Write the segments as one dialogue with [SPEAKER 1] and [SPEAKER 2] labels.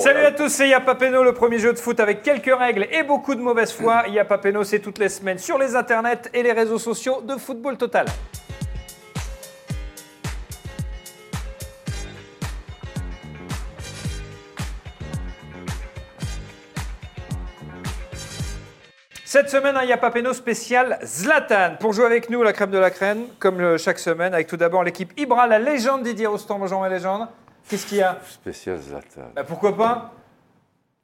[SPEAKER 1] Salut à tous, c'est Yapapeno, le premier jeu de foot avec quelques règles et beaucoup de mauvaise foi. Yapapeno, c'est toutes les semaines sur les internets et les réseaux sociaux de Football Total. Cette semaine, un Yapapeno spécial Zlatan. Pour jouer avec nous, la crème de la crème, comme euh, chaque semaine, avec tout d'abord l'équipe Ibra, la légende Didier Rostand. Bonjour, ma légende. Qu'est-ce qu'il y a
[SPEAKER 2] Spécial Zlatan.
[SPEAKER 1] Bah, pourquoi pas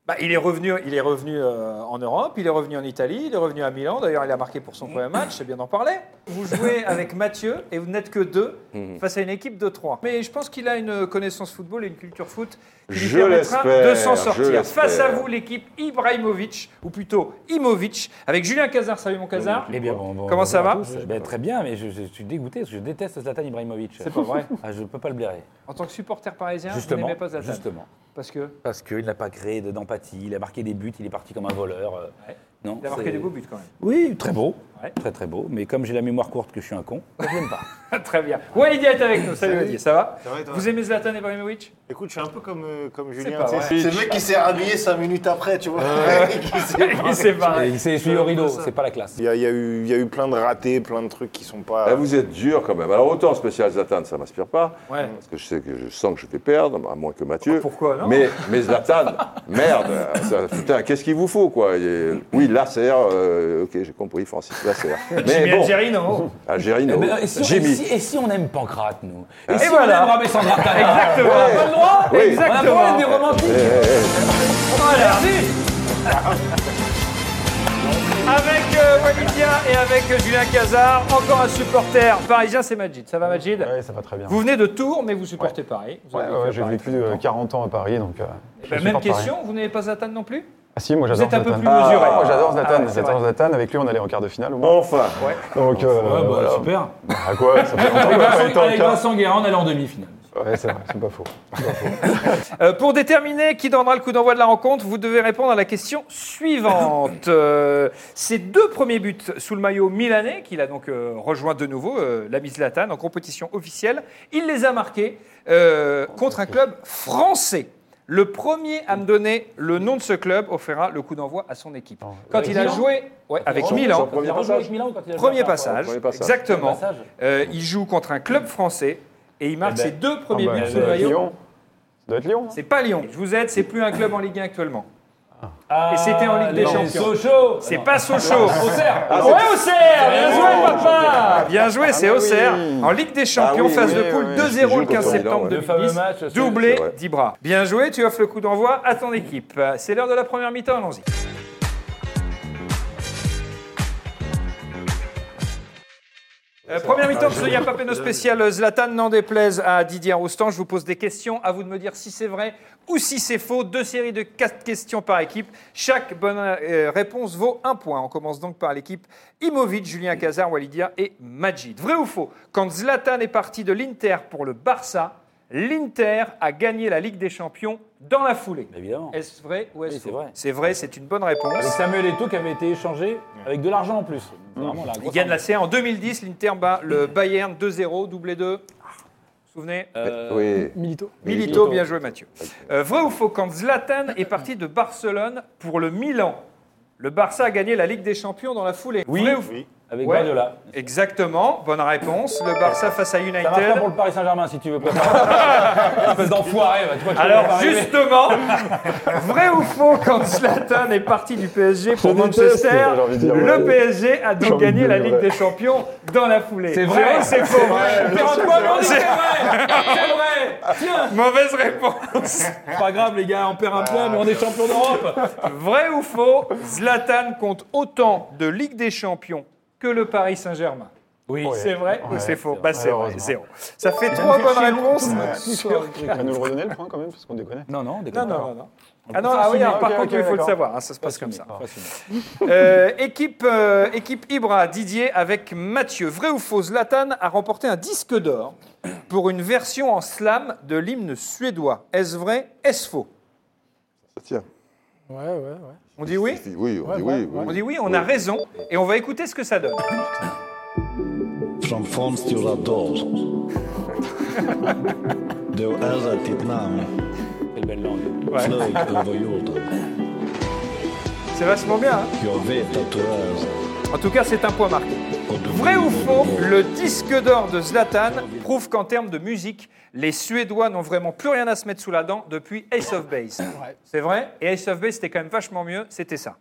[SPEAKER 1] Bah, il est revenu, il est revenu euh, en Europe, il est revenu en Italie, il est revenu à Milan. D'ailleurs, il a marqué pour son premier match, c'est bien d'en parler. Vous jouez avec Mathieu et vous n'êtes que deux face à une équipe de trois. Mais je pense qu'il a une connaissance football et une culture foot qui lui
[SPEAKER 2] Je
[SPEAKER 1] permettra
[SPEAKER 2] l'espère,
[SPEAKER 1] de s'en
[SPEAKER 2] je
[SPEAKER 1] sortir.
[SPEAKER 2] l'espère.
[SPEAKER 1] Face à vous, l'équipe Ibrahimovic, ou plutôt Imovic, avec Julien Cazard. Salut mon Cazard.
[SPEAKER 3] Eh bien, bon, bon,
[SPEAKER 1] Comment ça
[SPEAKER 3] bonjour à
[SPEAKER 1] va
[SPEAKER 3] tous. Ben, Très bien, mais je, je suis dégoûté parce que je déteste Zlatan Ibrahimovic.
[SPEAKER 1] C'est pas vrai.
[SPEAKER 3] Ah, je ne peux pas le blairer.
[SPEAKER 1] En tant que supporter parisien, vous
[SPEAKER 3] Justement,
[SPEAKER 1] n'aimez pas Zlatan
[SPEAKER 3] justement.
[SPEAKER 1] Parce que
[SPEAKER 3] Parce qu'il n'a pas créé de- d'empathie, il a marqué des buts, il est parti comme un voleur. euh,
[SPEAKER 1] Ouais.
[SPEAKER 3] Non,
[SPEAKER 1] il a marqué
[SPEAKER 3] c'est-
[SPEAKER 1] des beaux buts quand même.
[SPEAKER 3] Oui, très beau.
[SPEAKER 1] Ouais.
[SPEAKER 3] Très très beau. Mais comme j'ai la mémoire courte que je suis un con, je l'aime pas.
[SPEAKER 1] Très bien. Walidi est avec nous. Salut Walidi, ça va
[SPEAKER 4] Ça va et toi
[SPEAKER 1] Vous aimez Zlatan Ibrahimovic
[SPEAKER 4] Écoute, je suis un peu comme, euh, comme
[SPEAKER 1] pas
[SPEAKER 4] Julien. tu sais,
[SPEAKER 1] vrai.
[SPEAKER 4] C'est c'est le mec qui s'est habillé 5 minutes après, tu vois. Qui s'est-
[SPEAKER 1] Il s'est barré.
[SPEAKER 3] Et il s'est essuyé au rideau, c'est pas la classe.
[SPEAKER 4] il, y a, il y a eu, il y a eu plein de ratés, plein de trucs qui sont pas.
[SPEAKER 2] Ah, vous êtes dur quand même. Alors autant spécial Zlatan, ça m'inspire pas,
[SPEAKER 1] Ouais.
[SPEAKER 2] parce que je sais que je sens que je vais perdre, à moins que Mathieu.
[SPEAKER 1] Pourquoi, non
[SPEAKER 2] Mais, mais Zlatan, merde, ça- putain, qu'est-ce qu'il vous faut quoi Et- Oui, Lasser, euh, ok, j'ai compris, Francis Lasser.
[SPEAKER 1] Jimmy
[SPEAKER 2] Mais bon,
[SPEAKER 1] Angerino.
[SPEAKER 2] Algérino,
[SPEAKER 1] Eh
[SPEAKER 3] Mais,
[SPEAKER 1] ben,
[SPEAKER 3] euh, et, si on, et
[SPEAKER 2] Jimmy.
[SPEAKER 3] si- et si on aime Pancrate, nous Et, si
[SPEAKER 1] voilà.
[SPEAKER 3] on aime Rabé Sandra
[SPEAKER 1] Exactement.
[SPEAKER 3] On n'a pas le droit
[SPEAKER 2] Oui.
[SPEAKER 3] On a le droit d'être des
[SPEAKER 1] Exactement.
[SPEAKER 3] romantiques
[SPEAKER 1] Voilà. Avec euh, Walidia et avec euh, Julien Cazard, encore un supporter parisien, c'est Majid. Ça va Majid
[SPEAKER 5] Ouais, ça va très bien.
[SPEAKER 1] Bah, Vous venez de Tours, mais vous supportez Paris. Vous
[SPEAKER 5] Ouais,
[SPEAKER 1] avez
[SPEAKER 5] ouais,
[SPEAKER 1] vécu à
[SPEAKER 5] j'ai
[SPEAKER 1] Paris
[SPEAKER 5] vécu
[SPEAKER 1] très
[SPEAKER 5] euh,
[SPEAKER 1] longtemps.
[SPEAKER 5] 40 ans à Paris, donc. euh,
[SPEAKER 1] Eh
[SPEAKER 5] je
[SPEAKER 1] ben,
[SPEAKER 5] suis
[SPEAKER 1] même
[SPEAKER 5] fort Paris.
[SPEAKER 1] question, vous n'aimez pas Zlatan non plus
[SPEAKER 5] Ah si, moi
[SPEAKER 1] Vous
[SPEAKER 5] j'adore
[SPEAKER 1] êtes un
[SPEAKER 5] Zlatan.
[SPEAKER 1] peu plus mesuré.
[SPEAKER 5] Ah, moi j'adore Zlatan,
[SPEAKER 1] Ah ouais, c'est
[SPEAKER 5] j'adore
[SPEAKER 1] vrai.
[SPEAKER 5] Zlatan. Avec lui, on allait en quart de finale au moins.
[SPEAKER 2] Enfin,
[SPEAKER 5] Donc, euh,
[SPEAKER 1] bah,
[SPEAKER 5] voilà.
[SPEAKER 3] super.
[SPEAKER 5] Ah quoi Ça fait longtemps qu'on
[SPEAKER 3] Avec
[SPEAKER 5] n'a pas
[SPEAKER 3] Vincent,
[SPEAKER 5] été en
[SPEAKER 3] avec
[SPEAKER 5] quart.
[SPEAKER 3] Vincent Guérin, on allait en demi-finale.
[SPEAKER 5] Ouais, c'est vrai, c'est pas faux.
[SPEAKER 1] Euh, pour déterminer qui donnera le coup d'envoi de la rencontre, vous devez répondre à la question suivante. Euh, Ses deux premiers buts sous le maillot milanais, qu'il a donc euh, rejoint de nouveau, euh, l'ami Zlatan, en compétition officielle, il les a marqués euh, contre un club français. Le premier à me donner le nom de ce club offrira le coup d'envoi à son équipe. Quand
[SPEAKER 3] Avec
[SPEAKER 1] il a
[SPEAKER 3] Milan
[SPEAKER 1] joué ouais, avec
[SPEAKER 2] Son-
[SPEAKER 1] Milan,
[SPEAKER 2] son Premier
[SPEAKER 3] Il a rejoué
[SPEAKER 2] passage.
[SPEAKER 3] avec Milan quand il a joué
[SPEAKER 1] premier
[SPEAKER 3] la première fois.
[SPEAKER 1] passage,
[SPEAKER 2] Premier passage.
[SPEAKER 1] exactement,
[SPEAKER 3] Passage.
[SPEAKER 1] euh, il joue contre un club français et il marque
[SPEAKER 3] Eh ben,
[SPEAKER 1] ses deux premiers
[SPEAKER 5] Ah, bah,
[SPEAKER 1] buts
[SPEAKER 5] ça
[SPEAKER 1] sous le
[SPEAKER 5] doit être
[SPEAKER 1] maillot
[SPEAKER 5] Lyon. Ça doit être Lyon. hein.
[SPEAKER 1] c'est pas Lyon. Je vous aide, c'est plus un club en Ligue 1 actuellement.
[SPEAKER 3] Ah,
[SPEAKER 1] c'était en Ligue des
[SPEAKER 3] les
[SPEAKER 1] Champions.
[SPEAKER 3] Sochaux.
[SPEAKER 1] C'est
[SPEAKER 3] Ah,
[SPEAKER 1] pas Sochaux.
[SPEAKER 3] non. Auxerre.
[SPEAKER 1] ouais, Auxerre Bien joué, papa Bien joué, c'est
[SPEAKER 5] Ah, mais
[SPEAKER 1] Auxerre.
[SPEAKER 5] oui.
[SPEAKER 1] En Ligue des Champions,
[SPEAKER 2] Ah oui,
[SPEAKER 1] phase de
[SPEAKER 5] oui,
[SPEAKER 1] poule,
[SPEAKER 5] oui.
[SPEAKER 1] 2-0 le 15
[SPEAKER 2] Qui joue
[SPEAKER 1] septembre
[SPEAKER 2] contre
[SPEAKER 3] Le fameux
[SPEAKER 1] 2010.
[SPEAKER 3] match, c'est-
[SPEAKER 1] Doublé
[SPEAKER 2] c'est vrai.
[SPEAKER 1] d'Ibra. Bien joué, tu offres le coup d'envoi à ton équipe. Euh, C'est l'heure de la première mi-temps, allons-y. Euh, première mi-temps de
[SPEAKER 3] Ah,
[SPEAKER 1] ce Yapapeno spécial euh, Zlatan, n'en déplaise à Didier Roustan. Je vous pose des questions, à vous de me dire si c'est vrai ou si c'est faux. Deux séries de quatre questions par équipe. Chaque bonne euh, réponse vaut un point. On commence donc par l'équipe Imovic, Julien Cazard, Walidia et Majid. Vrai ou faux Quand Zlatan est parti de l'Inter pour le Barça, l'Inter a gagné la Ligue des Champions dans la foulée.
[SPEAKER 3] Évidemment.
[SPEAKER 1] Est-ce vrai ou est-ce
[SPEAKER 3] Oui, c'est
[SPEAKER 1] faux
[SPEAKER 3] vrai. Ah,
[SPEAKER 1] C'est vrai, c'est une bonne réponse.
[SPEAKER 3] Avec Samuel Eto'o qui avait été échangé avec de l'argent en plus. C'est Vraiment, la
[SPEAKER 1] Il
[SPEAKER 3] grosse
[SPEAKER 1] gagne la
[SPEAKER 3] arnaque.
[SPEAKER 1] série en 2010. L'Inter bat le Bayern 2-0, doublé 2. Vous vous souvenez euh,
[SPEAKER 2] oui.
[SPEAKER 3] Milito.
[SPEAKER 1] Milito, bien joué Mathieu. Euh, vrai ou faux, quand Zlatan est parti de Barcelone pour le Milan, le Barça a gagné la Ligue des Champions dans la foulée.
[SPEAKER 3] Oui.
[SPEAKER 1] Vrai ou faux
[SPEAKER 4] Oui.
[SPEAKER 3] Avec
[SPEAKER 1] Ouais.
[SPEAKER 3] Guardiola.
[SPEAKER 1] Exactement, bonne réponse. Le Barça face à
[SPEAKER 3] Ça marche pas pour
[SPEAKER 1] United.
[SPEAKER 3] le Paris Saint-Germain si tu veux pas. Espèce d'enfoiré. bah, tu vois, tu peux
[SPEAKER 1] Alors
[SPEAKER 3] pas arriver.
[SPEAKER 1] justement, vrai ou faux, quand Zlatan est parti du PSG pour
[SPEAKER 5] Je déteste,
[SPEAKER 1] Manchester,
[SPEAKER 5] j'ai envie de dire,
[SPEAKER 1] le
[SPEAKER 5] voilà.
[SPEAKER 1] PSG a
[SPEAKER 5] J'ai
[SPEAKER 1] donc
[SPEAKER 5] envie de
[SPEAKER 1] gagné la
[SPEAKER 5] dire,
[SPEAKER 1] Ligue
[SPEAKER 5] ouais.
[SPEAKER 1] des Champions dans la foulée.
[SPEAKER 3] C'est vrai
[SPEAKER 1] ou c'est faux
[SPEAKER 3] Mais en quoi, non, C'est vrai C'est vrai Tiens
[SPEAKER 1] Mauvaise réponse.
[SPEAKER 3] Pas grave les gars, on perd un point mais on est champion d'Europe
[SPEAKER 1] Vrai ou faux, Zlatan compte autant de Ligue des Champions que le Paris Saint-Germain.
[SPEAKER 3] Oui.
[SPEAKER 1] C'est vrai ou c'est faux Bah c'est vrai,
[SPEAKER 5] Malheureusement.
[SPEAKER 1] zéro. Ça fait trois bonnes réponses.
[SPEAKER 5] Tu vas nous le redonner le point quand même, parce qu'on déconne.
[SPEAKER 3] Non, non, déconne
[SPEAKER 1] Non, non,
[SPEAKER 3] pas.
[SPEAKER 1] non, non. Ah non, ah oui, alors, par
[SPEAKER 5] Ok,
[SPEAKER 1] contre,
[SPEAKER 5] ok,
[SPEAKER 1] il faut le
[SPEAKER 5] d'accord. Ah.
[SPEAKER 1] savoir, hein, ça se passe comme
[SPEAKER 3] Fasciné,
[SPEAKER 1] ça.
[SPEAKER 3] fasciné.
[SPEAKER 1] Euh, équipe, euh, équipe Ibra, Didier avec Mathieu. Vrai ou faux, Zlatan a remporté un disque d'or pour une version en slam de l'hymne suédois. Est-ce vrai Est-ce faux
[SPEAKER 2] Tiens.
[SPEAKER 6] Ouais, ouais, ouais.
[SPEAKER 1] On dit oui
[SPEAKER 2] Oui, on
[SPEAKER 6] Ouais,
[SPEAKER 2] dit
[SPEAKER 6] ouais,
[SPEAKER 2] oui.
[SPEAKER 6] ouais.
[SPEAKER 1] On dit oui, on a raison, et on va écouter ce que ça donne.
[SPEAKER 7] Från fångst till radar. Du är ditt namn.
[SPEAKER 6] Quelle belle langue.
[SPEAKER 7] Slöjd över jorden.
[SPEAKER 1] C'est vachement bien. hein.
[SPEAKER 7] Jag vet att du är
[SPEAKER 1] en tout cas, c'est un point marqué.
[SPEAKER 7] och du
[SPEAKER 1] Vrai ou
[SPEAKER 7] vill och
[SPEAKER 1] faux,
[SPEAKER 7] du mår.
[SPEAKER 1] le disque d'or de Zlatan prouve qu'en termes de musique, les Suédois n'ont vraiment plus rien à se mettre sous la dent depuis Ace of Base. C'est vrai Et Ace of Base, c'était quand même vachement mieux, c'était ça.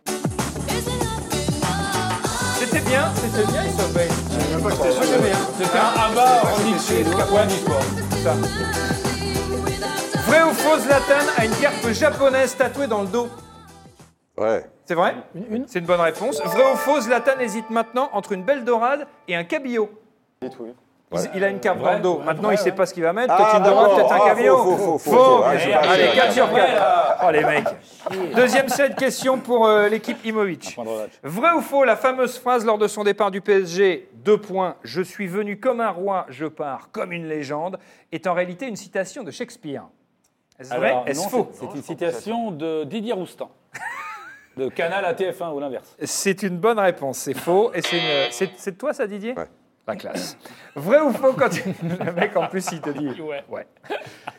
[SPEAKER 1] C'était bien, c'était bien Ace of Base. Moi, j'aimais bien. C'était un abat remixé, Scapouani, quoi. C'est ça. Vrai ou faux, Zlatan a une carte japonaise tatouée dans le dos
[SPEAKER 2] Ouais.
[SPEAKER 1] c'est vrai C'est une bonne réponse. Vrai ou faux, Zlatan hésite maintenant entre une belle dorade et un cabillaud.
[SPEAKER 5] Vite, oui.
[SPEAKER 1] Il- Il a une carte dans le dos. Maintenant, il ne sait pas ce qu'il va mettre.
[SPEAKER 2] Ah,
[SPEAKER 1] Peut-être une dorade,
[SPEAKER 2] d'accord.
[SPEAKER 1] bah, peut-être un
[SPEAKER 2] Ah,
[SPEAKER 1] cabillaud.
[SPEAKER 2] faux, faux, faux,
[SPEAKER 1] Faux,
[SPEAKER 2] faux.
[SPEAKER 1] bien
[SPEAKER 2] Ah,
[SPEAKER 1] sûr.
[SPEAKER 2] j'ai pas
[SPEAKER 1] Allez,
[SPEAKER 2] fait,
[SPEAKER 1] 4
[SPEAKER 2] ouais.
[SPEAKER 1] sur 4. Oh, les mecs. Deuxième set, question pour euh, l'équipe Imovic. Vrai ou faux, la fameuse phrase lors de son départ du PSG, deux points, je suis venu comme un roi, je pars comme une légende, est en réalité une citation de Shakespeare. Est-ce vrai
[SPEAKER 6] Alors,
[SPEAKER 1] Est-ce
[SPEAKER 6] non,
[SPEAKER 1] faux
[SPEAKER 6] c'est- C'est une citation de Didier Roustan. De Canal à TF1 ou l'inverse.
[SPEAKER 1] C'est une bonne réponse, c'est faux. Et c'est une- c'est c'est de toi ça, Didier
[SPEAKER 2] Ouais.
[SPEAKER 1] La classe. Vrai ou faux quand tu- le mec en plus il te dit ouais.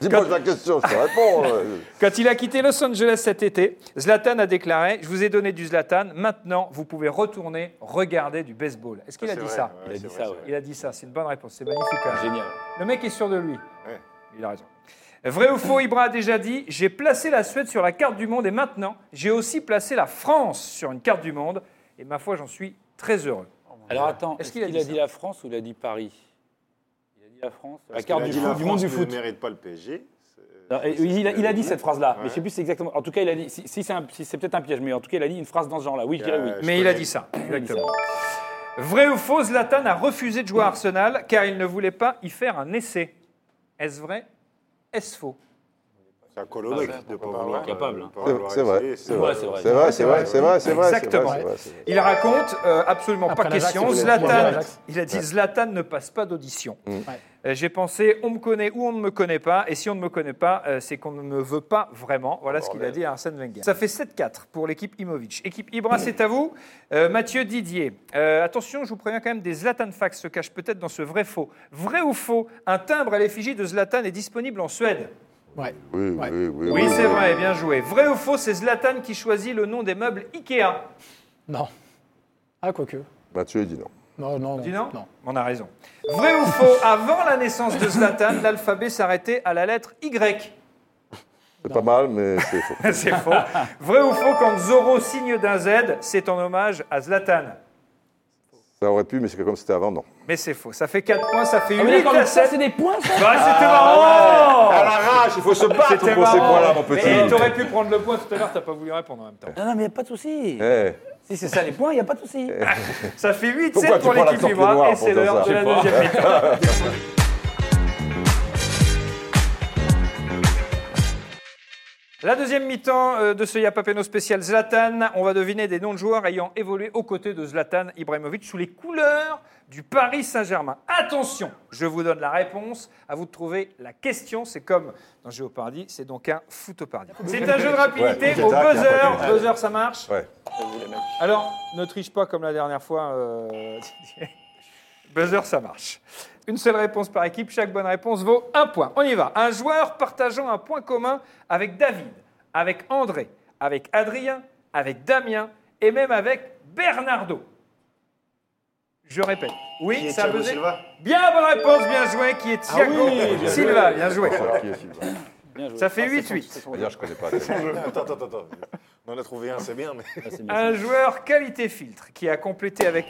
[SPEAKER 2] Dis-moi la question, je te réponds. euh.
[SPEAKER 1] Quand il a quitté Los Angeles cet été, Zlatan a déclaré "Je vous ai donné du Zlatan, maintenant vous pouvez retourner regarder du baseball." Est-ce qu'il a dit ça
[SPEAKER 6] Il a dit ça, ouais.
[SPEAKER 1] Il a dit ça, c'est une bonne réponse, c'est magnifique. quand même.
[SPEAKER 6] Génial.
[SPEAKER 1] Le mec est sûr de lui. Il a raison. Vrai ou faux, Ibra a déjà dit J'ai placé la Suède sur la carte du monde et maintenant, j'ai aussi placé la France sur une carte du monde. Et ma foi, j'en suis très heureux.
[SPEAKER 6] Alors attends,
[SPEAKER 1] Est-ce
[SPEAKER 6] est-ce
[SPEAKER 1] qu'il
[SPEAKER 6] qu'il
[SPEAKER 1] a
[SPEAKER 6] a,
[SPEAKER 1] dit ça
[SPEAKER 6] dit la France ou il a dit Paris Il a dit la France La
[SPEAKER 4] Parce
[SPEAKER 6] carte
[SPEAKER 4] qu'il
[SPEAKER 6] du,
[SPEAKER 4] a dit la
[SPEAKER 6] foot, du monde
[SPEAKER 4] France
[SPEAKER 6] du
[SPEAKER 4] ne
[SPEAKER 6] foot.
[SPEAKER 4] mérite pas le PSG. c'est-
[SPEAKER 6] Non, et-
[SPEAKER 4] c'est
[SPEAKER 6] oui,
[SPEAKER 4] ce
[SPEAKER 6] il, a,
[SPEAKER 4] qu'il
[SPEAKER 6] il a dit cette phrase-là, mais
[SPEAKER 4] Ouais.
[SPEAKER 6] je sais plus c'est exactement. En tout cas, il a dit si, si c'est un- si c'est peut-être un piège, mais en tout cas, il a dit une phrase dans ce genre-là. Oui, je dirais oui.
[SPEAKER 4] Euh, je
[SPEAKER 1] Mais il a
[SPEAKER 4] connais.
[SPEAKER 1] dit ça.
[SPEAKER 6] Il a dit ça.
[SPEAKER 1] Exactement. Vrai ou faux, Zlatan a refusé de jouer à Arsenal car il ne voulait pas y faire un essai. Est-ce vrai Est-ce faux
[SPEAKER 4] C'est un colonel de ne pas vouloir.
[SPEAKER 6] Capable,
[SPEAKER 4] de
[SPEAKER 6] hein.
[SPEAKER 4] pas vouloir
[SPEAKER 2] C'est vrai,
[SPEAKER 4] essayer,
[SPEAKER 2] c'est
[SPEAKER 6] vrai, c'est vrai.
[SPEAKER 2] C'est vrai, c'est vrai, c'est vrai, c'est vrai. c'est
[SPEAKER 1] Exactement.
[SPEAKER 2] vrai, c'est vrai, c'est vrai.
[SPEAKER 1] Il raconte euh, absolument
[SPEAKER 8] Après
[SPEAKER 1] pas
[SPEAKER 8] l'Ajax,
[SPEAKER 1] question.
[SPEAKER 8] il voulait être premier à
[SPEAKER 1] Zlatan,
[SPEAKER 8] l'Ajax.
[SPEAKER 1] il a dit Zlatan ne passe pas d'audition. Euh, J'ai pensé on me connaît ou on ne me connaît pas, et si on ne me connaît pas, euh, c'est qu'on ne me veut pas vraiment. Voilà ce qu'il a dit à Arsène Wenger. Ça fait 7-4 pour l'équipe Imovic. Équipe Ibra, c'est à vous. Euh, Mathieu Didier, euh, attention, je vous préviens quand même, des Zlatan Facts se cachent peut-être dans ce vrai faux. Vrai ou faux, un timbre à l'effigie de Zlatan est disponible en Suède.
[SPEAKER 8] Ouais.
[SPEAKER 2] Oui,
[SPEAKER 8] Ouais.
[SPEAKER 2] oui, oui.
[SPEAKER 1] Oui,
[SPEAKER 2] oui,
[SPEAKER 1] c'est
[SPEAKER 2] oui.
[SPEAKER 1] vrai, bien joué. Vrai ou faux, c'est Zlatan qui choisit le nom des meubles Ikea.
[SPEAKER 8] Non. Ah, quoique.
[SPEAKER 2] Mathieu, il dit non.
[SPEAKER 8] Non, non, non.
[SPEAKER 1] Dis non,
[SPEAKER 8] Non.
[SPEAKER 1] On a raison. Vrai ou faux Avant la naissance de Zlatan, l'alphabet s'arrêtait à la lettre Y.
[SPEAKER 2] C'est pas mal, mais c'est faux.
[SPEAKER 1] C'est faux. Vrai ou faux Quand Zorro signe d'un Z, c'est en hommage à Zlatan.
[SPEAKER 2] Ça aurait pu, mais c'est que comme c'était avant, non.
[SPEAKER 1] Mais c'est faux. Ça fait 4 points, ça fait
[SPEAKER 6] Ah, mais
[SPEAKER 1] 8
[SPEAKER 6] d'accord,
[SPEAKER 1] à
[SPEAKER 6] donc ça,
[SPEAKER 1] 7.
[SPEAKER 6] c'est des points, ça
[SPEAKER 1] Bah, c'était marrant
[SPEAKER 2] l'arrache, il faut se battre
[SPEAKER 1] C'était
[SPEAKER 2] pour ces
[SPEAKER 1] marrant.
[SPEAKER 2] points-là, mon
[SPEAKER 1] Et
[SPEAKER 2] petit.
[SPEAKER 1] t'aurais pu prendre le point tout à l'heure, t'as pas voulu répondre hein. en même temps.
[SPEAKER 6] Non, non, mais y a pas de souci.
[SPEAKER 2] Eh,
[SPEAKER 6] Si c'est ça les points, il n'y a pas de souci.
[SPEAKER 1] Ça fait 8
[SPEAKER 2] Pourquoi
[SPEAKER 1] 7
[SPEAKER 2] tu
[SPEAKER 1] pour
[SPEAKER 2] prends
[SPEAKER 1] l'équipe
[SPEAKER 2] l'accent plus
[SPEAKER 1] Ibra
[SPEAKER 2] noir
[SPEAKER 1] et
[SPEAKER 2] pour
[SPEAKER 1] c'est
[SPEAKER 2] dire
[SPEAKER 1] l'heure
[SPEAKER 2] ça
[SPEAKER 1] de la deuxième mi-temps. La deuxième mi-temps euh, de ce Yapapeno spécial Zlatan, on va deviner des noms de joueurs ayant évolué aux côtés de Zlatan Ibrahimovic sous les couleurs du Paris Saint-Germain. Attention, je vous donne la réponse, à vous de trouver la question, c'est comme dans Géopardy, c'est donc un footopardie. C'est un jeu de rapidité
[SPEAKER 2] Ouais,
[SPEAKER 1] au
[SPEAKER 2] tac,
[SPEAKER 1] buzzer,
[SPEAKER 2] tac.
[SPEAKER 1] buzzer ça marche
[SPEAKER 2] ouais.
[SPEAKER 1] alors, ne triche pas comme la dernière fois. euh, Didier. Buzzer, ça marche. Une seule réponse par équipe, chaque bonne réponse vaut un point. On y va. Un joueur partageant un point commun avec David, avec André, avec Adrien, avec Damien et même avec Bernardo. Je répète. Oui,
[SPEAKER 4] Qui est
[SPEAKER 1] ça
[SPEAKER 4] Thiago
[SPEAKER 1] buzzait.
[SPEAKER 4] Silva
[SPEAKER 1] Bien, bonne réponse, bien joué, qui est Thiago Silva. Ah Bien joué.
[SPEAKER 2] Ça, qui est Sylvain
[SPEAKER 6] Bien joué.
[SPEAKER 1] Ça fait
[SPEAKER 6] Ah, c'est
[SPEAKER 1] 8-8.
[SPEAKER 6] son- c'est son-
[SPEAKER 2] D'ailleurs, je connais pas.
[SPEAKER 4] Attends, attends, attends. On en a trouvé un, c'est bien, mais.
[SPEAKER 6] Ah, c'est bien.
[SPEAKER 1] Un joueur qualité filtre qui a complété avec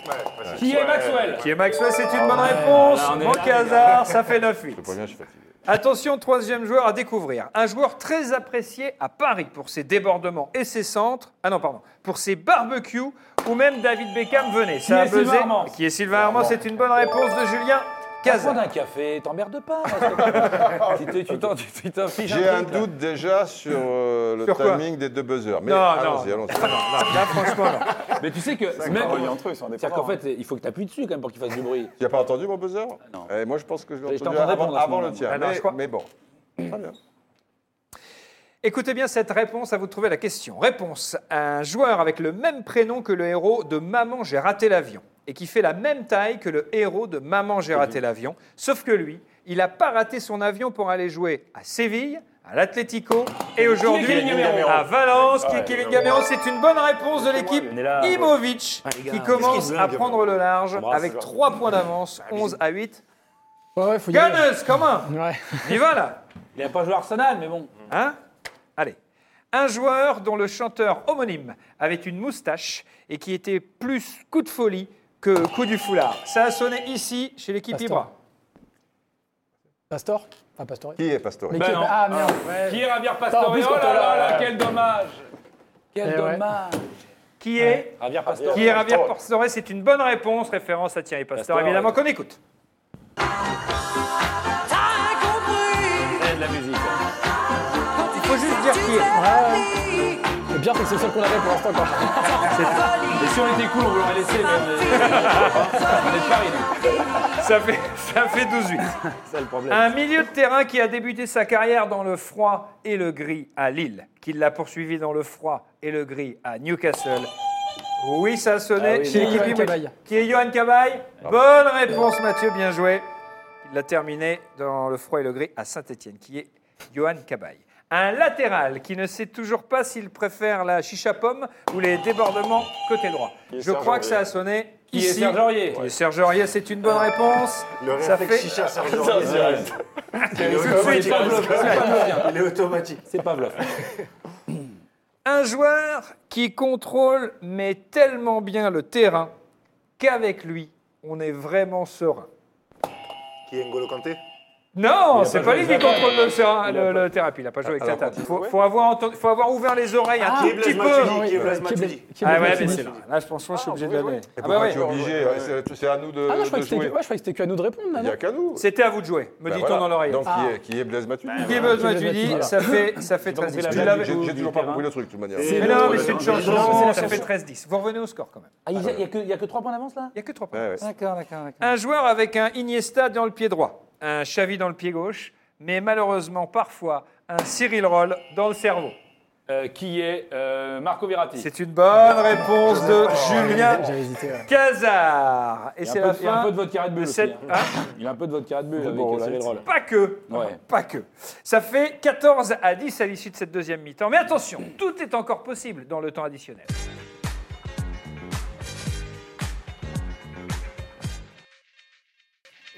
[SPEAKER 6] Qui est Maxwell
[SPEAKER 1] Qui est Maxwell, c'est une bonne réponse.
[SPEAKER 6] là, on est là,
[SPEAKER 1] Manque
[SPEAKER 6] les
[SPEAKER 1] à
[SPEAKER 6] gars.
[SPEAKER 1] hasard, ça fait
[SPEAKER 2] Le
[SPEAKER 1] 9-8.
[SPEAKER 2] premier, je suis fatigué.
[SPEAKER 1] Attention, troisième joueur à découvrir. Un joueur très apprécié à Paris pour ses débordements et ses centres. Ah non, pardon. Pour ses barbecues ou même David Beckham venait. Ça
[SPEAKER 6] Qui est Sylvain Armand
[SPEAKER 1] Qui est Sylvain Armand C'est une bonne réponse de Julien
[SPEAKER 6] Prends
[SPEAKER 1] Cazin.
[SPEAKER 6] un café, t'emmerdes pas. parce que- tu te- tu t'en- tu- tu t'infliges un
[SPEAKER 2] J'ai un
[SPEAKER 6] truc, là.
[SPEAKER 2] doute déjà sur euh, le
[SPEAKER 1] Sur quoi
[SPEAKER 2] timing des deux buzzers. Mais
[SPEAKER 1] Non, non.
[SPEAKER 2] allons-y, allons-y.
[SPEAKER 1] Là, franchement, non.
[SPEAKER 6] Mais tu sais que ce mec.
[SPEAKER 5] Même relié entre eux, ils sont
[SPEAKER 6] C'est-à-dire
[SPEAKER 5] indépendants.
[SPEAKER 6] qu'en fait, il faut que tu appuies dessus quand même pour qu'il fasse du bruit.
[SPEAKER 2] Tu n'as pas entendu mon buzzer
[SPEAKER 6] Non.
[SPEAKER 2] Eh, moi, je pense que je l'ai
[SPEAKER 6] Je
[SPEAKER 2] entendu
[SPEAKER 6] t'entendais
[SPEAKER 2] avant,
[SPEAKER 6] pendant ce
[SPEAKER 2] avant le
[SPEAKER 6] moment.
[SPEAKER 2] tien.
[SPEAKER 1] Ah non,
[SPEAKER 2] mais,
[SPEAKER 1] je crois-
[SPEAKER 2] mais bon. Très bien.
[SPEAKER 1] Écoutez bien cette réponse, à vous de trouver la question. Réponse un joueur avec le même prénom que le héros de Maman j'ai raté l'avion et qui fait la même taille que le héros de
[SPEAKER 6] Mhm.
[SPEAKER 1] Maman j'ai raté l'avion, sauf que lui, il n'a pas raté son avion pour aller jouer à Séville, à l'Atlético et aujourd'hui
[SPEAKER 6] Kevin Gamero
[SPEAKER 1] à Valence. Qui est Kevin Gamero, c'est une bonne réponse de l'équipe
[SPEAKER 6] On est là, ouais.
[SPEAKER 1] Imovic qui commence à prendre le large
[SPEAKER 6] Embrasse, Ah,
[SPEAKER 1] avec
[SPEAKER 6] Georges.
[SPEAKER 1] 3 points d'avance, 11 à 8.
[SPEAKER 8] Ouais, ouais, faut y aller.
[SPEAKER 1] Gunners, comment
[SPEAKER 8] Ouais.
[SPEAKER 1] On y va là
[SPEAKER 6] Il n'a pas joué à Arsenal, mais bon.
[SPEAKER 1] Hein Allez. Un joueur dont le chanteur homonyme avait une moustache et qui était plus coup de folie que coup du foulard. Ça a sonné ici, chez l'équipe
[SPEAKER 8] Pastor.
[SPEAKER 1] Ibra.
[SPEAKER 8] Pastor Enfin, Pastor.
[SPEAKER 2] Qui est Pastore
[SPEAKER 8] Mais
[SPEAKER 6] Ben
[SPEAKER 8] qui-
[SPEAKER 6] non.
[SPEAKER 8] Ah merde.
[SPEAKER 6] Qui est Javier Pastore
[SPEAKER 8] en plus,
[SPEAKER 6] Oh
[SPEAKER 8] quand
[SPEAKER 6] là
[SPEAKER 8] on
[SPEAKER 6] là
[SPEAKER 8] l'a-
[SPEAKER 6] là, quel dommage Quel
[SPEAKER 8] Eh ouais.
[SPEAKER 6] dommage
[SPEAKER 1] Qui est
[SPEAKER 6] Javier Pastore.
[SPEAKER 1] Qui est Javier Pastore C'est une bonne réponse, référence à Thierry Pastor,
[SPEAKER 6] Pastore,
[SPEAKER 1] évidemment
[SPEAKER 6] ouais.
[SPEAKER 1] qu'on écoute.
[SPEAKER 6] de la musique. hein.
[SPEAKER 1] Il faut juste dire qui est.
[SPEAKER 8] Le pire, c'est que c'est le seul qu'on avait pour l'instant. quoi.
[SPEAKER 6] Et si on était cool, on vous l'aurait laissé, mais on est, on est de Paris, nous.
[SPEAKER 1] Ça fait, ça fait 12-8.
[SPEAKER 6] C'est le problème.
[SPEAKER 1] Un milieu de terrain qui a débuté sa carrière dans le froid et le gris à Lille, qui l'a poursuivi dans le froid et le gris à Newcastle. Oui, ça sonnait
[SPEAKER 6] Ah oui,
[SPEAKER 1] chez
[SPEAKER 6] non.
[SPEAKER 1] l'équipe
[SPEAKER 8] Johan
[SPEAKER 1] Imovic.
[SPEAKER 8] Cabaye.
[SPEAKER 1] Qui est Johan Cabaye Bonne réponse, Mathieu, bien joué. Il l'a terminé dans le froid et le gris à Saint-Etienne, qui est Johan Cabaye. Un latéral qui ne sait toujours pas s'il préfère la chicha pomme ou les débordements côté droit.
[SPEAKER 5] est
[SPEAKER 1] Je crois
[SPEAKER 5] Serge
[SPEAKER 1] que ça a sonné
[SPEAKER 6] Qui est
[SPEAKER 1] ici.
[SPEAKER 6] Serge Aurier
[SPEAKER 1] Qui est Serge Aurier, c'est une bonne réponse.
[SPEAKER 4] Le
[SPEAKER 1] ça
[SPEAKER 4] réflexe
[SPEAKER 1] fait
[SPEAKER 4] chicha, Serge Aurier,
[SPEAKER 5] C'est
[SPEAKER 4] il est
[SPEAKER 6] C'est pas Vlov,
[SPEAKER 4] automatique.
[SPEAKER 6] c'est pas Vlov,
[SPEAKER 4] Il est automatique.
[SPEAKER 6] C'est pas Vlov.
[SPEAKER 1] Un joueur qui contrôle mais tellement bien le terrain qu'avec lui, on est vraiment serein.
[SPEAKER 4] Qui est N'Golo Kanté
[SPEAKER 1] Non, c'est pas
[SPEAKER 6] joué
[SPEAKER 1] lui qui
[SPEAKER 6] avec Zlatan.
[SPEAKER 1] contrôle le, terrain, le, le terrain. Il n'a pas joué avec Zlatan. Il faut, faut avoir entendu- faut avoir ouvert les oreilles un
[SPEAKER 4] Ah. Qui est
[SPEAKER 1] tout petit peu.
[SPEAKER 4] Blaise Matuidi Qui est Blaise
[SPEAKER 8] Qui est Bla-
[SPEAKER 4] Matuidi
[SPEAKER 8] qui est
[SPEAKER 1] Ah
[SPEAKER 8] Blaise
[SPEAKER 1] ouais, mais
[SPEAKER 8] Matuidi
[SPEAKER 1] c'est là. Là, je pense que je suis obligé de
[SPEAKER 5] vous
[SPEAKER 1] la
[SPEAKER 5] jouez
[SPEAKER 1] donner.
[SPEAKER 2] Et
[SPEAKER 1] Ah bah
[SPEAKER 2] pourquoi
[SPEAKER 1] oui.
[SPEAKER 2] tu es obligé
[SPEAKER 5] ouais, ouais.
[SPEAKER 2] C'est- C'est à nous de,
[SPEAKER 8] Ah non, je crois
[SPEAKER 2] de
[SPEAKER 8] que c'était-
[SPEAKER 2] jouer.
[SPEAKER 8] ouais, je croyais que c'était qu'à nous de répondre. là,
[SPEAKER 2] Il n'y
[SPEAKER 8] non
[SPEAKER 2] a qu'à nous.
[SPEAKER 1] C'était à vous de jouer, me
[SPEAKER 2] Ben
[SPEAKER 1] dit-on
[SPEAKER 2] voilà.
[SPEAKER 1] dans l'oreille.
[SPEAKER 2] Donc qui,
[SPEAKER 8] Ah.
[SPEAKER 2] est, qui est Blaise Matuidi
[SPEAKER 1] Qui est Blaise
[SPEAKER 8] Blaise
[SPEAKER 1] Matuidi,
[SPEAKER 8] Matuidi,
[SPEAKER 1] ça fait, ça fait 13-10. Tu
[SPEAKER 2] J'ai-
[SPEAKER 1] l'avais-
[SPEAKER 2] J'ai j'ai toujours pas
[SPEAKER 6] du
[SPEAKER 2] compris le truc, de toute manière. Ah,
[SPEAKER 1] Mais non, mais c'est une chanson,
[SPEAKER 8] chanson.
[SPEAKER 1] ça fait 13-10. Vous revenez au score quand même.
[SPEAKER 6] Ah, il n'y a, que- il y a que 3 points d'avance, là
[SPEAKER 1] Il n'y a que 3 points.
[SPEAKER 2] Ouais, ouais.
[SPEAKER 6] D'accord, d'accord, d'accord.
[SPEAKER 1] Un joueur avec un Iniesta dans le pied droit, un Xavi dans le pied gauche, mais malheureusement parfois un Cyril Roll dans le cerveau.
[SPEAKER 6] Euh, qui est euh, Marco Verratti.
[SPEAKER 1] C'est une bonne réponse de Julien
[SPEAKER 8] J'avais hésité. ouais.
[SPEAKER 1] Cazard. Et
[SPEAKER 6] Il y a
[SPEAKER 1] c'est
[SPEAKER 6] un peu-
[SPEAKER 1] la
[SPEAKER 6] Il y a un
[SPEAKER 1] fin
[SPEAKER 6] peu de votre carré de
[SPEAKER 1] de
[SPEAKER 6] bulle. aussi,
[SPEAKER 1] cette...
[SPEAKER 6] hein.
[SPEAKER 1] Ah,
[SPEAKER 6] Il a un peu de votre carré de bulle avec
[SPEAKER 5] bon,
[SPEAKER 6] euh, Cyril
[SPEAKER 5] là,
[SPEAKER 6] Roll.
[SPEAKER 1] pas que,
[SPEAKER 6] Ouais.
[SPEAKER 1] pas que. Ça fait 14 à 10 à l'issue de cette deuxième mi-temps. Mais attention, tout est encore possible dans le temps additionnel.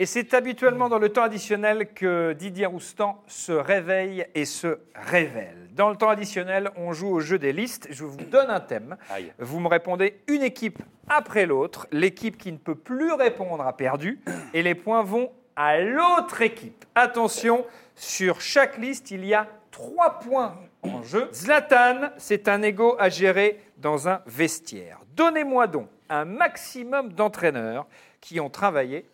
[SPEAKER 1] Et c'est habituellement dans le temps additionnel que Didier Roustan se réveille et se révèle. Dans le temps additionnel, on joue au jeu des listes. Je vous donne un thème.
[SPEAKER 6] Aïe.
[SPEAKER 1] Vous me répondez une équipe après l'autre. L'équipe qui ne peut plus répondre a perdu. Et les points vont à l'autre équipe. Attention, sur chaque liste, il y a trois points en jeu. Zlatan, c'est un ego à gérer dans un vestiaire. Donnez-moi donc un maximum d'entraîneurs qui ont travaillé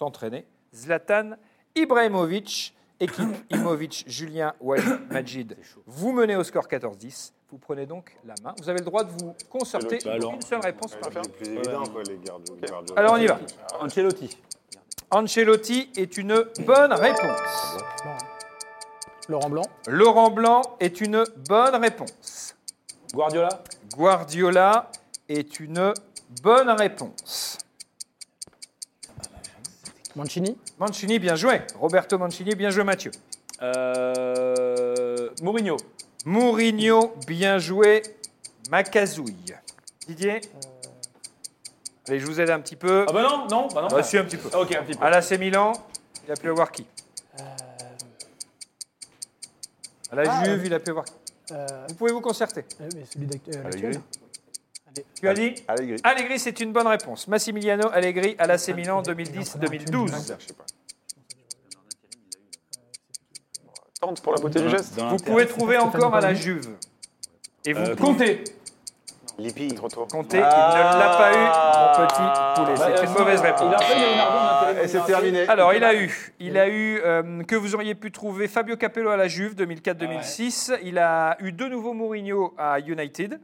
[SPEAKER 1] ont entraîné Zlatan Ibrahimovic, équipe Imovic, Julien, Walid, Majid. Vous menez au score 14-10. Vous prenez donc la main. Vous avez le droit de vous concerter
[SPEAKER 5] C'est
[SPEAKER 1] une seule réponse par
[SPEAKER 4] C'est plus évident, quoi, les gardes.
[SPEAKER 1] Alors on y va.
[SPEAKER 6] Ancelotti.
[SPEAKER 1] Ancelotti est une bonne réponse.
[SPEAKER 8] Laurent Blanc.
[SPEAKER 1] Laurent Blanc est une bonne réponse.
[SPEAKER 6] Guardiola.
[SPEAKER 1] Guardiola est une bonne réponse.
[SPEAKER 8] Mancini.
[SPEAKER 1] Mancini, bien joué. Roberto Mancini, bien joué Mathieu.
[SPEAKER 6] Euh, Mourinho.
[SPEAKER 1] Mourinho, bien joué. Macazouille. Didier Allez, je vous aide un petit peu.
[SPEAKER 6] Ah bah non, non, bah non.
[SPEAKER 1] Bah, si, un petit peu.
[SPEAKER 6] Ah, Ok, un petit peu.
[SPEAKER 1] À l'AC Milan, il a pu avoir qui À la
[SPEAKER 8] Ah,
[SPEAKER 1] Juve, il a pu avoir qui
[SPEAKER 8] Euh,
[SPEAKER 1] Vous pouvez vous concerter.
[SPEAKER 8] euh, mais celui d'ac- euh,
[SPEAKER 2] Allegri.
[SPEAKER 8] l'actuel.
[SPEAKER 1] Tu as dit
[SPEAKER 2] Allegri.
[SPEAKER 1] Allegri, c'est une bonne réponse. Massimiliano Allegri à l'AC Milan 2010-2012.
[SPEAKER 5] Tente pour la beauté du geste.
[SPEAKER 1] Vous pouvez trouver encore à la Juve. Et
[SPEAKER 2] Euh,
[SPEAKER 1] vous comptez.
[SPEAKER 4] Lippi.
[SPEAKER 1] Comptez,
[SPEAKER 2] Ah.
[SPEAKER 1] il ne l'a pas eu, mon petit poulet.
[SPEAKER 6] Bah,
[SPEAKER 1] C'est
[SPEAKER 6] euh,
[SPEAKER 1] une mauvaise réponse.
[SPEAKER 6] Il a fait Leonardo, on a fait
[SPEAKER 2] Et c'est
[SPEAKER 6] Leonardo.
[SPEAKER 2] terminé.
[SPEAKER 1] Alors, il a eu, il a eu euh, que vous auriez pu trouver Fabio Capello à la Juve 2004-2006. Il a eu de nouveau Mourinho à United.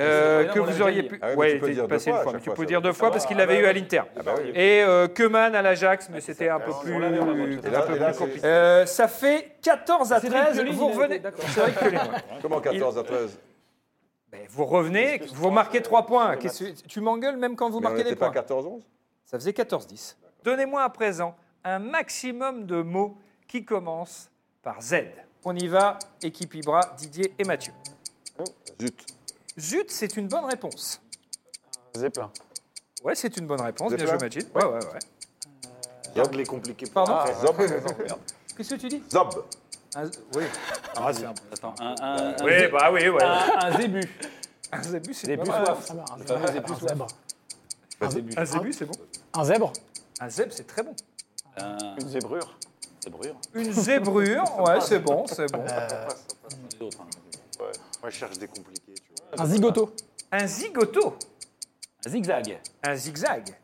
[SPEAKER 1] Euh,
[SPEAKER 6] Ah, mais
[SPEAKER 1] que
[SPEAKER 6] on
[SPEAKER 1] vous
[SPEAKER 6] l'avait
[SPEAKER 1] auriez
[SPEAKER 6] déjà
[SPEAKER 1] pu.
[SPEAKER 2] Ah oui, mais tu
[SPEAKER 1] ouais,
[SPEAKER 2] peux
[SPEAKER 1] il
[SPEAKER 2] dire
[SPEAKER 1] était
[SPEAKER 2] deux
[SPEAKER 1] passé
[SPEAKER 2] fois
[SPEAKER 1] une
[SPEAKER 2] à
[SPEAKER 1] fois, mais
[SPEAKER 2] chaque
[SPEAKER 1] tu
[SPEAKER 2] fois,
[SPEAKER 1] peux
[SPEAKER 2] ça
[SPEAKER 1] dire
[SPEAKER 2] va.
[SPEAKER 1] deux fois parce qu'il l'avait eu à l'Inter.
[SPEAKER 2] Ah bah oui.
[SPEAKER 1] Et euh, Koeman à l'Ajax, mais c'était un peu plus,
[SPEAKER 6] on l'avait, on l'avait, on
[SPEAKER 1] un
[SPEAKER 2] Et là-
[SPEAKER 1] peu
[SPEAKER 2] et là,
[SPEAKER 1] plus
[SPEAKER 2] c'est-
[SPEAKER 1] compliqué. Euh, ça fait 14 à 13.
[SPEAKER 6] Cédric Pioline,
[SPEAKER 1] Vous
[SPEAKER 6] il a
[SPEAKER 1] revenez.
[SPEAKER 6] été- d'accord.
[SPEAKER 1] Cédric Pioline, ouais.
[SPEAKER 2] Comment 14 à 13
[SPEAKER 1] Ben, vous revenez, vous marquez 3 points. Qu'est-ce que- tu m'engueules même quand vous
[SPEAKER 2] Mais on
[SPEAKER 1] marquez des
[SPEAKER 2] n'était pas
[SPEAKER 1] points.
[SPEAKER 2] 14-11
[SPEAKER 1] Ça faisait 14-10. Donnez-moi à présent un maximum de mots qui commencent par Z. On y va, équipe Ibra, Didier et Mathieu.
[SPEAKER 2] Zut.
[SPEAKER 1] Zut, c'est une bonne réponse.
[SPEAKER 5] Zeppelin.
[SPEAKER 1] Ouais, c'est une bonne réponse. Bien
[SPEAKER 2] Zeppelin
[SPEAKER 1] joué, Majid. Ouais, ouais, ouais.
[SPEAKER 4] Regarde les compliqués.
[SPEAKER 1] Pardon
[SPEAKER 2] Zob.
[SPEAKER 1] Qu'est-ce que tu dis
[SPEAKER 2] Zob.
[SPEAKER 1] Un- Oui.
[SPEAKER 6] Attends, un, un, un,
[SPEAKER 1] Oui, bah oui, ouais.
[SPEAKER 6] un- un zébu.
[SPEAKER 1] Un zébu, c'est
[SPEAKER 6] Des
[SPEAKER 1] pas
[SPEAKER 6] bus
[SPEAKER 1] mal.
[SPEAKER 6] soif.
[SPEAKER 8] Ah bah, un,
[SPEAKER 6] fameux
[SPEAKER 8] un
[SPEAKER 6] époux, ouais.
[SPEAKER 8] zèbre.
[SPEAKER 1] Un zébu, c'est bon.
[SPEAKER 8] Un zèbre
[SPEAKER 1] Un zèbre, c'est très bon.
[SPEAKER 6] Un
[SPEAKER 5] Une zébrure.
[SPEAKER 6] zébrure.
[SPEAKER 1] Une zébrure, ouais, c'est bon, c'est bon.
[SPEAKER 6] Les autres, hein.
[SPEAKER 4] Moi, je cherche des compliqués, tu vois.
[SPEAKER 8] Un zigoto
[SPEAKER 1] Un zigoto,
[SPEAKER 6] Un zigzag.
[SPEAKER 1] un zigzag,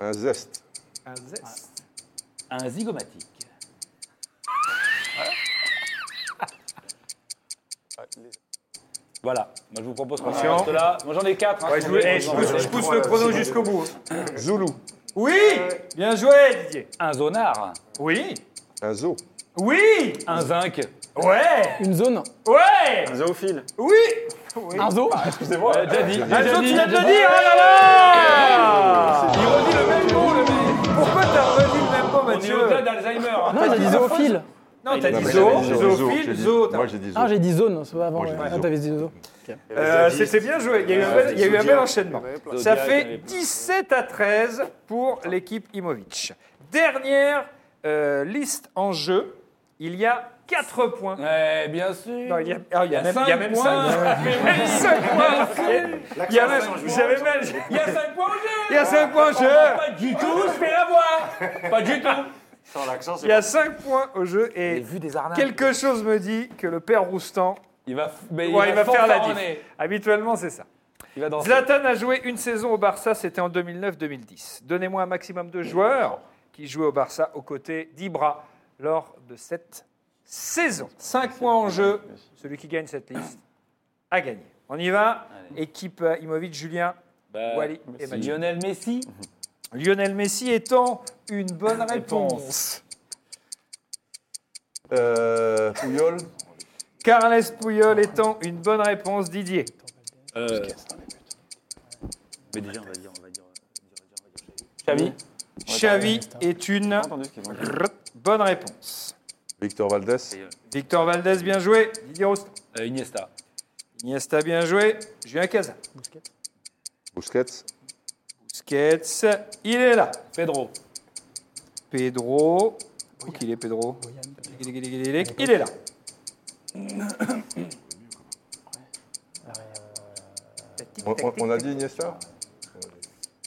[SPEAKER 2] Un zeste.
[SPEAKER 1] un zeste.
[SPEAKER 6] Un zygomatique. Voilà. Moi, je vous propose qu'on
[SPEAKER 1] Attention.
[SPEAKER 6] en reste là. Moi, j'en ai quatre. hein,
[SPEAKER 1] Ouais,
[SPEAKER 6] si
[SPEAKER 1] je,
[SPEAKER 6] on
[SPEAKER 1] voulais-
[SPEAKER 6] veut.
[SPEAKER 1] eh, je pousse, je pousse le chrono jusqu'au bout.
[SPEAKER 2] Zoulou.
[SPEAKER 1] Oui Bien joué, Didier.
[SPEAKER 6] Un zonard.
[SPEAKER 1] Oui
[SPEAKER 2] Un zoo.
[SPEAKER 1] Oui
[SPEAKER 6] Un zinc.
[SPEAKER 1] Ouais
[SPEAKER 8] Une zone
[SPEAKER 1] Ouais
[SPEAKER 5] Un zoophile.
[SPEAKER 1] Oui
[SPEAKER 8] Un zoo
[SPEAKER 6] Euh, déjà dit.
[SPEAKER 1] Un
[SPEAKER 6] déjà
[SPEAKER 1] zoo,
[SPEAKER 6] dit,
[SPEAKER 1] tu viens de
[SPEAKER 6] déjà
[SPEAKER 1] le
[SPEAKER 6] dit.
[SPEAKER 1] dire, oh là là Il redit le même mot, le mec. Pourquoi t'as redit le même mot,
[SPEAKER 6] On est au-delà
[SPEAKER 1] Mathieu
[SPEAKER 6] d'Alzheimer. hein.
[SPEAKER 8] Non, il a dit zoophile.
[SPEAKER 1] Non, t'as
[SPEAKER 6] Non,
[SPEAKER 1] dit
[SPEAKER 6] mais
[SPEAKER 1] zoo,
[SPEAKER 6] j'avais dit
[SPEAKER 2] zoo, j'ai
[SPEAKER 1] zoophile,
[SPEAKER 2] dit-
[SPEAKER 1] zoo. t'as-
[SPEAKER 2] Moi, j'ai dit zoo.
[SPEAKER 8] Ah, j'ai dit zone, c'est pas avant.
[SPEAKER 2] Moi, j'ai
[SPEAKER 8] ouais.
[SPEAKER 2] dit
[SPEAKER 8] Ah,
[SPEAKER 2] zoo.
[SPEAKER 8] t'avais dit zoo.
[SPEAKER 1] Euh, C'était bien joué, il y a eu un bel, il y a eu un bel enchaînement. Ça
[SPEAKER 6] Zodiac, il y en avait
[SPEAKER 1] fait
[SPEAKER 6] plein.
[SPEAKER 1] 17 à 13 pour l'équipe Imovic. Dernière euh, liste en jeu, il y a 4 points.
[SPEAKER 6] Ouais, bien sûr.
[SPEAKER 1] Non, il y a, ah, il y a
[SPEAKER 6] Il y a
[SPEAKER 1] même-
[SPEAKER 6] cinq
[SPEAKER 1] il y a même
[SPEAKER 6] points.
[SPEAKER 1] 5 points. Il y a même- vous avez même-
[SPEAKER 6] Il y a 5 points en jeu.
[SPEAKER 1] Il y a 5 points en jeu.
[SPEAKER 6] Pas du tout, je vais l'avoir. Pas du tout.
[SPEAKER 4] Sans l'accent, c'est
[SPEAKER 1] Il y a 5 points au jeu
[SPEAKER 6] Et
[SPEAKER 1] et
[SPEAKER 6] vu des arnaques.
[SPEAKER 1] quelque chose me dit que le père Roustan,
[SPEAKER 6] Il va, f- mais
[SPEAKER 1] Ouais, il va faire la
[SPEAKER 6] fanfaronner.
[SPEAKER 1] habituellement c'est ça.
[SPEAKER 6] Il va danser.
[SPEAKER 1] Zlatan a joué une saison au Barça, c'était en 2009-2010. Donnez-moi un maximum de joueurs qui jouaient au Barça aux côtés d'Ibra lors de cette saison. 5 points en jeu, celui qui gagne cette liste a gagné. On y va,
[SPEAKER 6] Allez.
[SPEAKER 1] équipe euh, Imovic, Julien,
[SPEAKER 6] Bah,
[SPEAKER 1] Wally et
[SPEAKER 6] c'est
[SPEAKER 1] Mathieu.
[SPEAKER 6] Lionel Messi.
[SPEAKER 1] Lionel Messi étant une bonne réponse.
[SPEAKER 2] Euh, Pouyol.
[SPEAKER 1] Carles Puyol étant une bonne réponse, Didier.
[SPEAKER 6] Euh, Mais déjà, on va dire, on va dire, on va dire, on va dire Xavi.
[SPEAKER 1] Xavi est une
[SPEAKER 5] Entendu ce qu'ils ont dit.
[SPEAKER 1] r- bonne réponse.
[SPEAKER 2] Victor Valdés.
[SPEAKER 1] Victor Valdez, bien joué. Didier Roustan.
[SPEAKER 6] Euh, Iniesta.
[SPEAKER 1] Iniesta, bien joué. Julien Cazin.
[SPEAKER 2] Busquets.
[SPEAKER 1] Busquets, il est là.
[SPEAKER 6] Pedro.
[SPEAKER 1] Pedro. Où qu'il est, Pedro Il est, il est, il est, il est, il est là.
[SPEAKER 2] On, on- on a dit Iniesta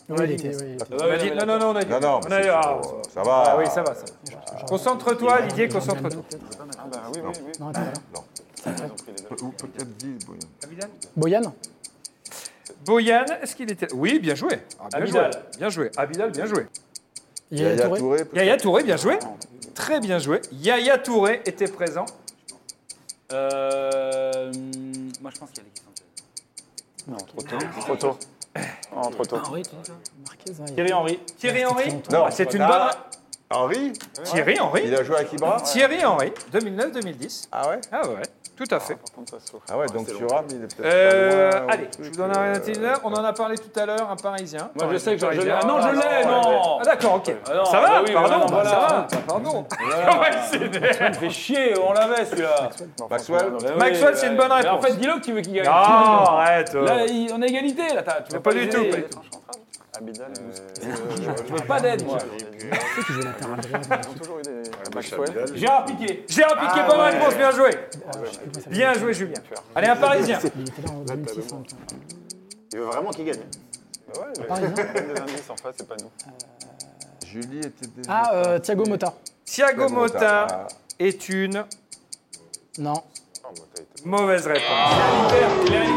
[SPEAKER 8] Oui, il était. oui, il était.
[SPEAKER 1] On a dit- non, non, non, on a dit.
[SPEAKER 2] Non, non.
[SPEAKER 1] On
[SPEAKER 2] mais
[SPEAKER 1] a dit-
[SPEAKER 2] c'est-
[SPEAKER 1] ah,
[SPEAKER 2] ça va.
[SPEAKER 1] ah oui, ça va, ça va. Concentre-toi, Didier, concentre-toi.
[SPEAKER 5] Ah bah oui, oui, oui.
[SPEAKER 8] Non, attends, voilà.
[SPEAKER 2] Pe- ou peut-être dit Boyan.
[SPEAKER 8] Boyan
[SPEAKER 1] Boyan, est-ce qu'il était. Oui, bien joué. Ah, bien
[SPEAKER 6] Abidal.
[SPEAKER 1] joué. Bien joué. Abidal, bien joué.
[SPEAKER 8] Yaya Touré
[SPEAKER 2] peut-être
[SPEAKER 1] Yaya Touré, bien joué. Très bien joué. Yaya Touré était présent.
[SPEAKER 6] Euh, hum, moi, je pense qu'il y a l'équipe française.
[SPEAKER 5] Non, trop tôt. Trop tôt. Non, trop tôt.
[SPEAKER 8] Ah Marquez, hein, il-
[SPEAKER 6] Thierry Henry.
[SPEAKER 1] Thierry Henry
[SPEAKER 2] Non.
[SPEAKER 1] Ah, C'est une bonne.
[SPEAKER 2] Ah. Henri
[SPEAKER 1] Thierry Henry
[SPEAKER 2] Il a joué à Kibra
[SPEAKER 1] Thierry Henry, 2009-2010.
[SPEAKER 2] Ah ouais
[SPEAKER 1] Ah ouais, tout à fait.
[SPEAKER 5] Par contre, ça souffre.
[SPEAKER 2] Ah ouais, donc Thuram, il est peut-être.
[SPEAKER 1] Euh,
[SPEAKER 2] pas loin, ou
[SPEAKER 1] allez, je
[SPEAKER 2] truc,
[SPEAKER 1] vous donne un
[SPEAKER 2] euh,
[SPEAKER 1] itinéraire. On en a parlé tout à l'heure, un Parisien.
[SPEAKER 6] Moi, je sais que je- je l'ai.
[SPEAKER 1] Parisien.
[SPEAKER 6] Ah non, je l'ai, non.
[SPEAKER 1] Ah d'accord, ok.
[SPEAKER 6] Ah non,
[SPEAKER 1] ça va,
[SPEAKER 6] bah oui,
[SPEAKER 1] pardon,
[SPEAKER 6] bah non, voilà.
[SPEAKER 1] ça va, pardon.
[SPEAKER 6] Voilà.
[SPEAKER 1] On va essayer.
[SPEAKER 6] Ça me fait chier, on l'avait celui-là.
[SPEAKER 2] Maxwell
[SPEAKER 6] Bah oui,
[SPEAKER 1] Maxwell, c'est
[SPEAKER 6] bah
[SPEAKER 1] une bonne
[SPEAKER 6] oui. Mais En
[SPEAKER 1] réponse.
[SPEAKER 6] fait, dis-le que tu veux qu'il gagne.
[SPEAKER 1] Non, arrête. euh.
[SPEAKER 6] Là, il- on a égalité, là. t'as- Tu
[SPEAKER 1] Mais
[SPEAKER 6] veux
[SPEAKER 1] pas du tout,
[SPEAKER 6] aider.
[SPEAKER 1] pas du tout.
[SPEAKER 5] Abidal. euh,
[SPEAKER 6] Je veux pas d'aide, moi.
[SPEAKER 5] Ils ont toujours eu des. Maxwell.
[SPEAKER 4] Maxwell.
[SPEAKER 6] Gérard Piqué.
[SPEAKER 1] Gérard Piqué,
[SPEAKER 6] Ah
[SPEAKER 1] bonne réponse, bien joué. Bien joué, Julien. Allez, un Parisien.
[SPEAKER 8] Il était là en 2006. hein.
[SPEAKER 4] Il veut vraiment qu'il gagne.
[SPEAKER 5] Ouais, mais
[SPEAKER 8] Paris, hein.
[SPEAKER 5] donne des indices en face, c'est pas nous.
[SPEAKER 2] Julie était déjà.
[SPEAKER 8] Ah, euh, Thiago Motta.
[SPEAKER 1] Thiago Motta
[SPEAKER 2] Ah,
[SPEAKER 1] est une
[SPEAKER 8] Non.
[SPEAKER 1] mauvaise
[SPEAKER 6] Ah.
[SPEAKER 1] réponse.
[SPEAKER 6] Il est à l'Inter.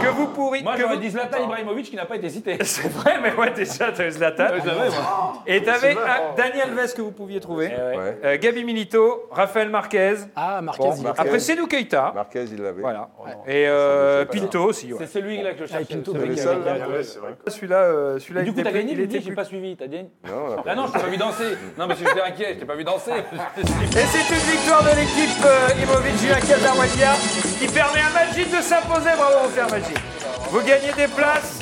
[SPEAKER 1] Que vous pourriez.
[SPEAKER 6] Moi,
[SPEAKER 1] que
[SPEAKER 6] j'aurais
[SPEAKER 1] vous-
[SPEAKER 6] dit Zlatan Ibrahimovic qui n'a pas été cité.
[SPEAKER 1] C'est vrai, mais ouais, déjà, t'as eu Zlatan.
[SPEAKER 6] Je l'avais, moi.
[SPEAKER 1] Et t'avais un Daniel Vez que vous pouviez trouver.
[SPEAKER 6] Eh ouais.
[SPEAKER 2] Ah, Ouais.
[SPEAKER 1] Euh, Gabi Milito, Raphaël Marquez. Bah,
[SPEAKER 8] Ah, Marquez.
[SPEAKER 1] Bon,
[SPEAKER 8] il-
[SPEAKER 2] Marquez.
[SPEAKER 1] après Cédou Keita.
[SPEAKER 2] Marquez, il l'avait.
[SPEAKER 1] Voilà. Et euh, Pinto aussi.
[SPEAKER 6] C'est
[SPEAKER 1] ouais.
[SPEAKER 6] celui là que je
[SPEAKER 8] Ah, et
[SPEAKER 6] cherchais.
[SPEAKER 8] Pinto,
[SPEAKER 6] celui
[SPEAKER 2] mais
[SPEAKER 6] qui
[SPEAKER 2] ça,
[SPEAKER 6] avait
[SPEAKER 2] là,
[SPEAKER 6] gagné.
[SPEAKER 4] Ouais, c'est vrai.
[SPEAKER 1] Celui-là, euh, celui-là,
[SPEAKER 6] Du
[SPEAKER 1] il
[SPEAKER 6] coup, t'as
[SPEAKER 1] était,
[SPEAKER 6] gagné,
[SPEAKER 1] il était
[SPEAKER 6] Didier, j'ai
[SPEAKER 1] plus-
[SPEAKER 6] pas suivi. T'as gagné
[SPEAKER 2] Non,
[SPEAKER 6] Ah non, je t'ai pas vu danser. Non, mais j'étais inquiet, je t'ai pas vu danser.
[SPEAKER 1] Et c'est une victoire de l'équipe euh, Imovic Julien Casarwadia qui permet à Magic de s'imposer. Bravo, mon cher Magic. Vous gagnez des places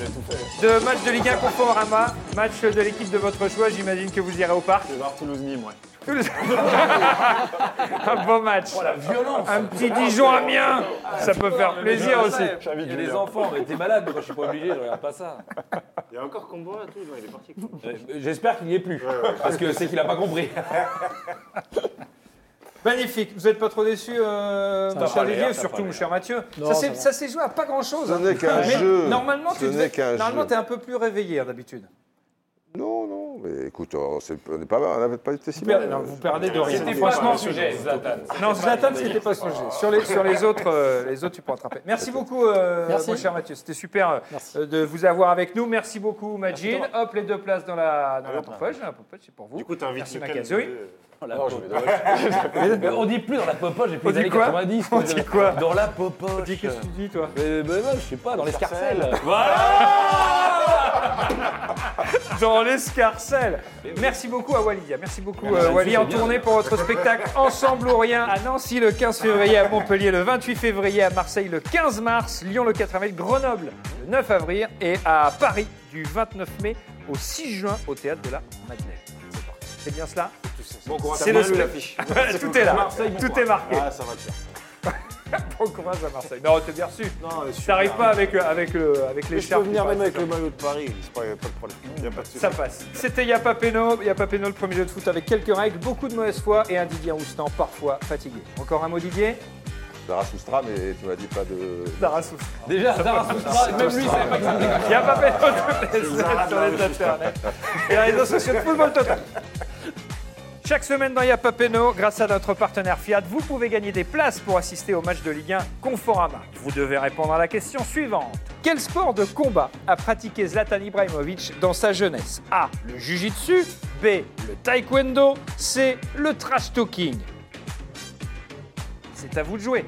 [SPEAKER 1] de match de Ligue 1 Conforama, match de l'équipe de votre choix. J'imagine que vous irez au parc.
[SPEAKER 5] Je vais voir Toulouse-Nîmes, ouais. Oh
[SPEAKER 1] Un bon match.
[SPEAKER 6] Violence
[SPEAKER 1] Un petit Dijon Amiens, ça peut faire plaisir aussi.
[SPEAKER 5] J'invite
[SPEAKER 6] Il y a des
[SPEAKER 5] Julien.
[SPEAKER 6] enfants, mais t'es malade, moi je suis pas obligé, je regarde pas ça.
[SPEAKER 9] Il y a encore combo et tout, non, il est parti. quoi.
[SPEAKER 6] Euh, J'espère qu'il n'y est plus, parce que c'est qu'il a pas compris.
[SPEAKER 1] Magnifique. Vous n'êtes pas trop déçu, euh, mon cher
[SPEAKER 6] pas l'air,
[SPEAKER 1] Didier,
[SPEAKER 6] ça a
[SPEAKER 1] surtout
[SPEAKER 6] pas
[SPEAKER 1] mon cher Mathieu.
[SPEAKER 8] Non,
[SPEAKER 1] ça
[SPEAKER 8] ça
[SPEAKER 1] s'est-
[SPEAKER 8] va.
[SPEAKER 1] ça s'est joué à pas grand-chose.
[SPEAKER 2] Ce
[SPEAKER 1] hein.
[SPEAKER 2] n'est qu'un
[SPEAKER 1] Mais
[SPEAKER 2] jeu.
[SPEAKER 1] Normalement,
[SPEAKER 2] Ce
[SPEAKER 1] tu
[SPEAKER 2] n'est
[SPEAKER 1] devais-
[SPEAKER 2] qu'un
[SPEAKER 1] normalement,
[SPEAKER 2] jeu.
[SPEAKER 1] t'es un peu plus réveillé hein, d'habitude.
[SPEAKER 2] Non, non, mais écoute, on c'est- on n'est pas mal, on n'avait pas été si
[SPEAKER 1] Vous
[SPEAKER 2] mal. euh,
[SPEAKER 1] perdez- non, vous perdez de rien.
[SPEAKER 6] C'était franchement le sujet, Zlatan.
[SPEAKER 1] Non, Zlatan, c'était pas son sujet. Sur les, sur les autres, euh, les autres, tu peux rattraper. Merci beaucoup, euh,
[SPEAKER 8] Merci.
[SPEAKER 1] mon cher Mathieu. C'était super euh,
[SPEAKER 8] Ah, Merci.
[SPEAKER 1] euh, de vous avoir avec nous. Merci Ah, beaucoup, Majid. Hop, les deux places dans la, dans la popoche. La popoche, c'est pour vous.
[SPEAKER 9] Du coup, t'invites
[SPEAKER 1] Merci,
[SPEAKER 9] lequel
[SPEAKER 1] Mackenzie.
[SPEAKER 9] des deux
[SPEAKER 6] Mais Oh on dit plus dans la popoche depuis
[SPEAKER 1] On
[SPEAKER 6] les
[SPEAKER 1] dit
[SPEAKER 6] années
[SPEAKER 1] quoi
[SPEAKER 6] 90.
[SPEAKER 1] On
[SPEAKER 6] moi, je-
[SPEAKER 1] dit quoi
[SPEAKER 6] Dans la popoche.
[SPEAKER 1] Dis, Qu'est-ce que tu dis, toi
[SPEAKER 6] Mais, mais non, je sais pas, dans l'escarcelle.
[SPEAKER 1] Dans l'escarcelle. Merci beaucoup à Walidia. Merci beaucoup euh,
[SPEAKER 6] Merci,
[SPEAKER 1] Wally
[SPEAKER 6] c'est
[SPEAKER 1] en
[SPEAKER 6] bien.
[SPEAKER 1] tournée pour votre spectacle Ensemble ou rien à Nancy le 15 février, à Montpellier le 28 février, à Marseille le 15 mars, Lyon le 4 avril, Grenoble le 9 avril et à Paris du 29 mai au 6 juin au théâtre de la Madeleine. C'est parti. C'est bien cela C'est le
[SPEAKER 9] hein,
[SPEAKER 5] l'affiche.
[SPEAKER 1] Tout est là. Tout est marqué.
[SPEAKER 9] Ah, ça va le faire.
[SPEAKER 1] Bon courage à Marseille. Non, t'es bien reçu.
[SPEAKER 9] Non, je suis-
[SPEAKER 1] T'arrives pas avec, euh, avec, le- avec les
[SPEAKER 9] Je peux
[SPEAKER 1] chartes.
[SPEAKER 9] venir même avec le maillot de Paris, c'est pas, pas de problème. Il a pas de souci.
[SPEAKER 1] Ça passe. C'était Yapa Peno, Yapa Peno, le premier jeu de foot avec quelques règles, beaucoup de mauvaise foi et un Didier Roustan parfois fatigué. Encore un mot Didier
[SPEAKER 2] Dara Soustra, mais tu m'as dit pas de.
[SPEAKER 1] Zara Souf.
[SPEAKER 6] Déjà, Zara Soustra, même lui, il savait pas que c'était
[SPEAKER 1] Yapa Peno de PSN sur les internet et les réseaux sociaux de football total. Chaque semaine dans Yapa Peno, grâce à notre partenaire Fiat, vous pouvez gagner des places pour assister au match de Ligue 1 Conforama. Vous devez répondre à la question suivante. Quel sport de combat a pratiqué Zlatan Ibrahimovic dans sa jeunesse A. Le Jiu-Jitsu B. Le Taekwondo C. Le Trash Talking C'est à vous de jouer.